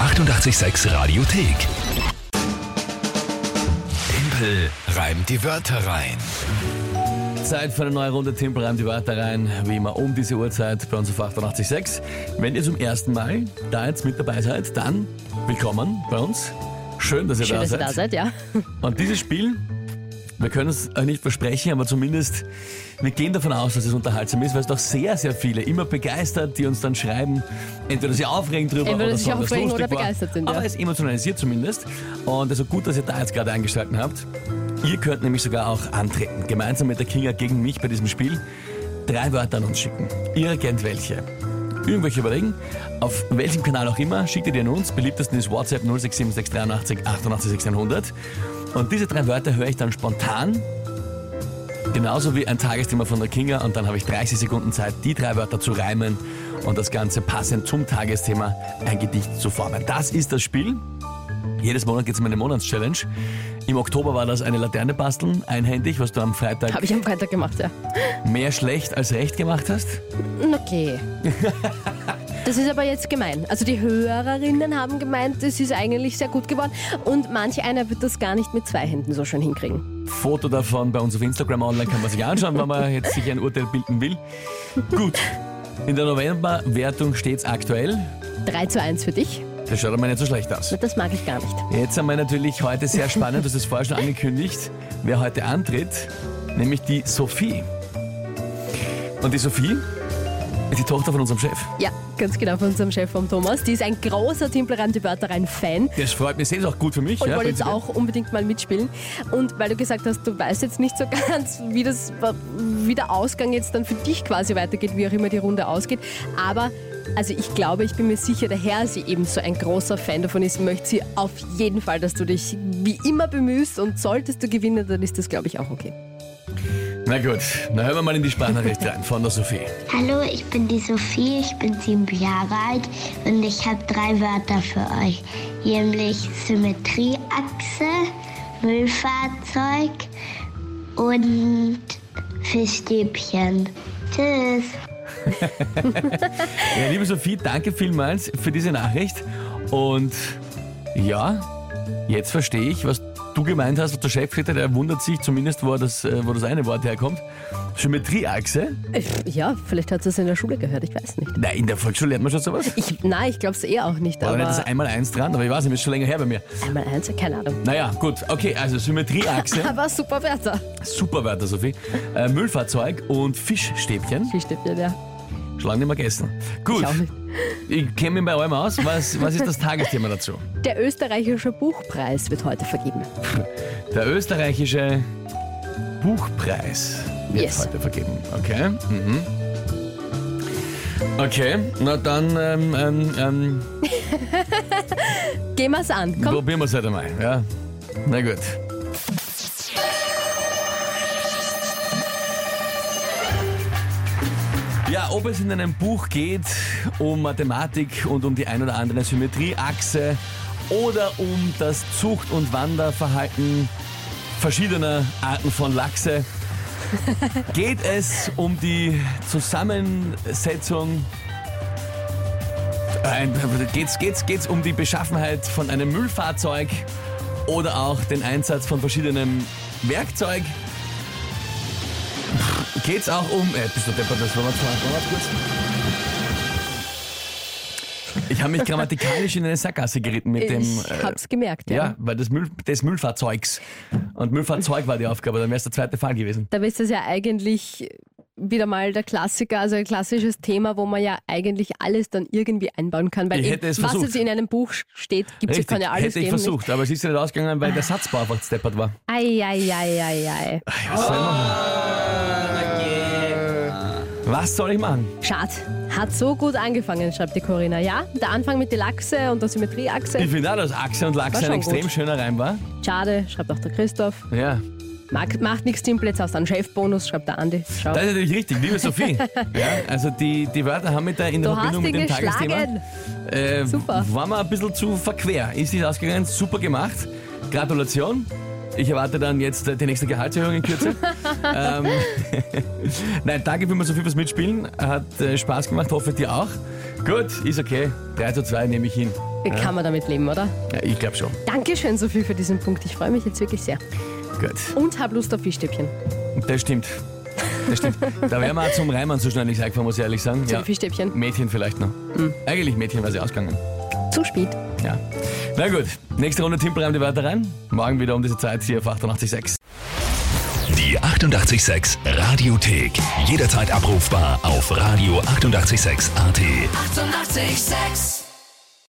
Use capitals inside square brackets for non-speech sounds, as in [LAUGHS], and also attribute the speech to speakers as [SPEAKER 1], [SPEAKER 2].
[SPEAKER 1] 886 Radiothek. Tempel reimt die Wörter rein.
[SPEAKER 2] Zeit für eine neue Runde Timpel reimt die Wörter rein. Wie immer um diese Uhrzeit bei uns auf 886. Wenn ihr zum ersten Mal da jetzt mit dabei seid, dann willkommen bei uns. Schön, dass ihr,
[SPEAKER 3] Schön,
[SPEAKER 2] da,
[SPEAKER 3] dass ihr
[SPEAKER 2] seid.
[SPEAKER 3] da seid, ja. [LAUGHS]
[SPEAKER 2] Und dieses Spiel, wir können es euch nicht versprechen, aber zumindest, wir gehen davon aus, dass es unterhaltsam ist, weil es doch sehr, sehr viele immer begeistert, die uns dann schreiben, entweder sie aufregen drüber
[SPEAKER 3] Entweder
[SPEAKER 2] oder
[SPEAKER 3] sich
[SPEAKER 2] sagen, dass
[SPEAKER 3] aufregen
[SPEAKER 2] lustig
[SPEAKER 3] oder
[SPEAKER 2] war,
[SPEAKER 3] begeistert sind,
[SPEAKER 2] Aber
[SPEAKER 3] ja.
[SPEAKER 2] es emotionalisiert zumindest. Und also gut, dass ihr da jetzt gerade eingeschalten habt. Ihr könnt nämlich sogar auch antreten, gemeinsam mit der Kinga gegen mich bei diesem Spiel. Drei Wörter an uns schicken. Irgendwelche. Irgendwelche überlegen. Auf welchem Kanal auch immer, schickt ihr die an uns. Beliebtesten ist WhatsApp 067683 88 600. Und diese drei Wörter höre ich dann spontan, genauso wie ein Tagesthema von der Kinga. Und dann habe ich 30 Sekunden Zeit, die drei Wörter zu reimen und das Ganze passend zum Tagesthema ein Gedicht zu formen. Das ist das Spiel. Jedes Monat geht es um eine Monatschallenge. Im Oktober war das eine Laterne basteln, einhändig, was du am Freitag
[SPEAKER 3] Habe ich am Freitag gemacht, ja. Hm,
[SPEAKER 2] mehr schlecht als recht gemacht hast.
[SPEAKER 3] Okay. Das ist aber jetzt gemein. Also die Hörerinnen haben gemeint, das ist eigentlich sehr gut geworden. Und manch einer wird das gar nicht mit zwei Händen so schön hinkriegen.
[SPEAKER 2] Foto davon bei uns auf Instagram online kann man sich anschauen, wenn man jetzt sich ein Urteil bilden will. Gut. In der Novemberwertung steht es aktuell.
[SPEAKER 3] 3 zu 1 für dich.
[SPEAKER 2] Das schaut aber nicht so schlecht aus.
[SPEAKER 3] Das mag ich gar nicht.
[SPEAKER 2] Jetzt haben wir natürlich heute sehr spannend, du hast es vorher schon angekündigt, wer heute antritt, nämlich die Sophie. Und die Sophie ist die Tochter von unserem Chef.
[SPEAKER 3] Ja, ganz genau von unserem Chef vom Thomas. Die ist ein großer Timplerante Börterein-Fan.
[SPEAKER 2] Das freut mich sehr, ist auch gut für mich.
[SPEAKER 3] Und
[SPEAKER 2] ja,
[SPEAKER 3] wollte jetzt
[SPEAKER 2] prinzipiell.
[SPEAKER 3] auch unbedingt mal mitspielen. Und weil du gesagt hast, du weißt jetzt nicht so [LAUGHS] ganz, wie, das, wie der Ausgang jetzt dann für dich quasi weitergeht, wie auch immer die Runde ausgeht. Aber also ich glaube, ich bin mir sicher, der Herr sie eben so ein großer Fan davon ist, möchte sie auf jeden Fall, dass du dich wie immer bemühst und solltest du gewinnen, dann ist das, glaube ich, auch okay.
[SPEAKER 2] Na gut, dann hören wir mal in die Sprachnachricht rein von der Sophie.
[SPEAKER 4] Hallo, ich bin die Sophie, ich bin sieben Jahre alt und ich habe drei Wörter für euch, nämlich Symmetrieachse, Müllfahrzeug und Fischstäbchen. Tschüss.
[SPEAKER 2] Ja, liebe Sophie, danke vielmals für diese Nachricht. Und ja, jetzt verstehe ich, was du gemeint hast, was der Chef gesagt hat. Er wundert sich zumindest, wo das, äh, wo das eine Wort herkommt. Symmetrieachse?
[SPEAKER 3] Äh, Ja, vielleicht hat sie es in der Schule gehört, ich weiß nicht.
[SPEAKER 2] Na, in der Volksschule lernt man schon sowas.
[SPEAKER 3] Ich, nein, ich glaube es eher auch nicht,
[SPEAKER 2] Oder nicht das
[SPEAKER 3] aber
[SPEAKER 2] einmal eins dran, aber ich weiß nicht, ist schon länger her bei mir.
[SPEAKER 3] einmal eins, keine Ahnung.
[SPEAKER 2] Naja, gut, okay, also
[SPEAKER 3] [LAUGHS]
[SPEAKER 2] Symmetrieachse,
[SPEAKER 3] Aber super Wörter.
[SPEAKER 2] super Wörter, Sophie. Äh, Müllfahrzeug und Fischstäbchen.
[SPEAKER 3] Viel steht mir der.
[SPEAKER 2] Schon lange nicht mehr gegessen. Gut,
[SPEAKER 3] Ich auch nicht.
[SPEAKER 2] ich kenne mich bei allem aus. Was, was ist das Tagesthema dazu?
[SPEAKER 3] Der österreichische Buchpreis wird heute vergeben.
[SPEAKER 2] Der österreichische Buchpreis wird
[SPEAKER 3] Yes.
[SPEAKER 2] heute vergeben. Okay. Mhm. Okay, na dann ähm, ähm, ähm,
[SPEAKER 3] Gehen wir's an. Komm,
[SPEAKER 2] probieren wir es halt einmal. Ja? Na gut. Ja, ob es in einem Buch geht um Mathematik und um die ein oder andere Symmetrieachse oder um das Zucht- und Wanderverhalten verschiedener Arten von Lachse, geht es um die Zusammensetzung ein, geht's, geht's, geht's um die Beschaffenheit von einem Müllfahrzeug oder auch den Einsatz von verschiedenem Werkzeug? Pff, Geht's auch um. Äh, bist du deppert, das wollen wir zwar- wollen wir kurz. Ich habe mich grammatikalisch in eine Sackgasse geritten mit dem.
[SPEAKER 3] ich
[SPEAKER 2] äh,
[SPEAKER 3] hab's gemerkt. Ja.
[SPEAKER 2] ja, weil des, Müll, des Müllfahrzeugs. Und Müllfahrzeug war die Aufgabe, dann wäre es der zweite Fall gewesen.
[SPEAKER 3] Da ist es ja eigentlich wieder mal der Klassiker, also ein klassisches Thema, wo man ja eigentlich alles dann irgendwie einbauen kann. Weil
[SPEAKER 2] Ich
[SPEAKER 3] eben,
[SPEAKER 2] hätte es
[SPEAKER 3] was
[SPEAKER 2] versucht.
[SPEAKER 3] jetzt in einem Buch steht, gibt's ja,
[SPEAKER 2] Richtig,
[SPEAKER 3] kann ja alles
[SPEAKER 2] hätte ich
[SPEAKER 3] geben.
[SPEAKER 2] versucht, aber es ist ja nicht ausgegangen, weil der Satzbau einfach steppert war.
[SPEAKER 3] Eieieiei.
[SPEAKER 2] Was soll ich machen? Was soll ich machen?
[SPEAKER 3] Schad. Hat so gut angefangen, schreibt die Corinna. Ja, der Anfang mit der Lachse und der
[SPEAKER 2] Ich
[SPEAKER 3] Symmetrieachse.
[SPEAKER 2] finde auch, dass Achse und
[SPEAKER 3] War
[SPEAKER 2] Lachse ein
[SPEAKER 3] schon
[SPEAKER 2] extrem
[SPEAKER 3] gut.
[SPEAKER 2] schöner Reim war.
[SPEAKER 3] Schade, schreibt auch der Christoph.
[SPEAKER 2] Ja.
[SPEAKER 3] Mag, macht nichts Timpel, jetzt hast du einen Chefbonus, schreibt der Andi. Schau.
[SPEAKER 2] Das ist natürlich richtig, liebe
[SPEAKER 3] [LAUGHS]
[SPEAKER 2] Sophie. ja, also die, die Wörter haben mit der, in der
[SPEAKER 3] du hast
[SPEAKER 2] Verbindung
[SPEAKER 3] ihn
[SPEAKER 2] mit dem Tagesthema
[SPEAKER 3] geschlagen.
[SPEAKER 2] äh,
[SPEAKER 3] Super.
[SPEAKER 2] war mal ein bisschen zu verquer. Ist nicht ausgegangen, super gemacht. Gratulation. Ich erwarte dann jetzt äh, die nächste Gehaltserhöhung in
[SPEAKER 3] [LAUGHS]
[SPEAKER 2] Kürze. ähm, [LAUGHS] Nein, danke vielmals Sophie fürs Mitspielen. Hat äh, Spaß gemacht, hoffe dir auch. Gut, ist okay. 3 zu 2 nehme ich hin.
[SPEAKER 3] Kann man damit leben, oder?
[SPEAKER 2] Ja, ich glaube schon.
[SPEAKER 3] Dankeschön, Sophie, für diesen Punkt. Ich freue mich jetzt wirklich sehr.
[SPEAKER 2] Gut.
[SPEAKER 3] Und hab Lust auf Fischstäbchen.
[SPEAKER 2] Das stimmt. Das stimmt. Da wären wir auch zum Reimann so schnell nicht eingefahren, muss ich ehrlich sagen.
[SPEAKER 3] Zum Fischstäbchen. Mhm.
[SPEAKER 2] Mädchen vielleicht noch. Eigentlich Mädchen war sie ausgegangen.
[SPEAKER 3] Zu spät.
[SPEAKER 2] Ja. Na gut, nächste Runde Timpelreim die Wörter rein. Morgen wieder um diese Zeit hier auf 886.
[SPEAKER 1] Die 886 Radiothek. Jederzeit abrufbar auf radio886.at. 886! 886.
[SPEAKER 5] 886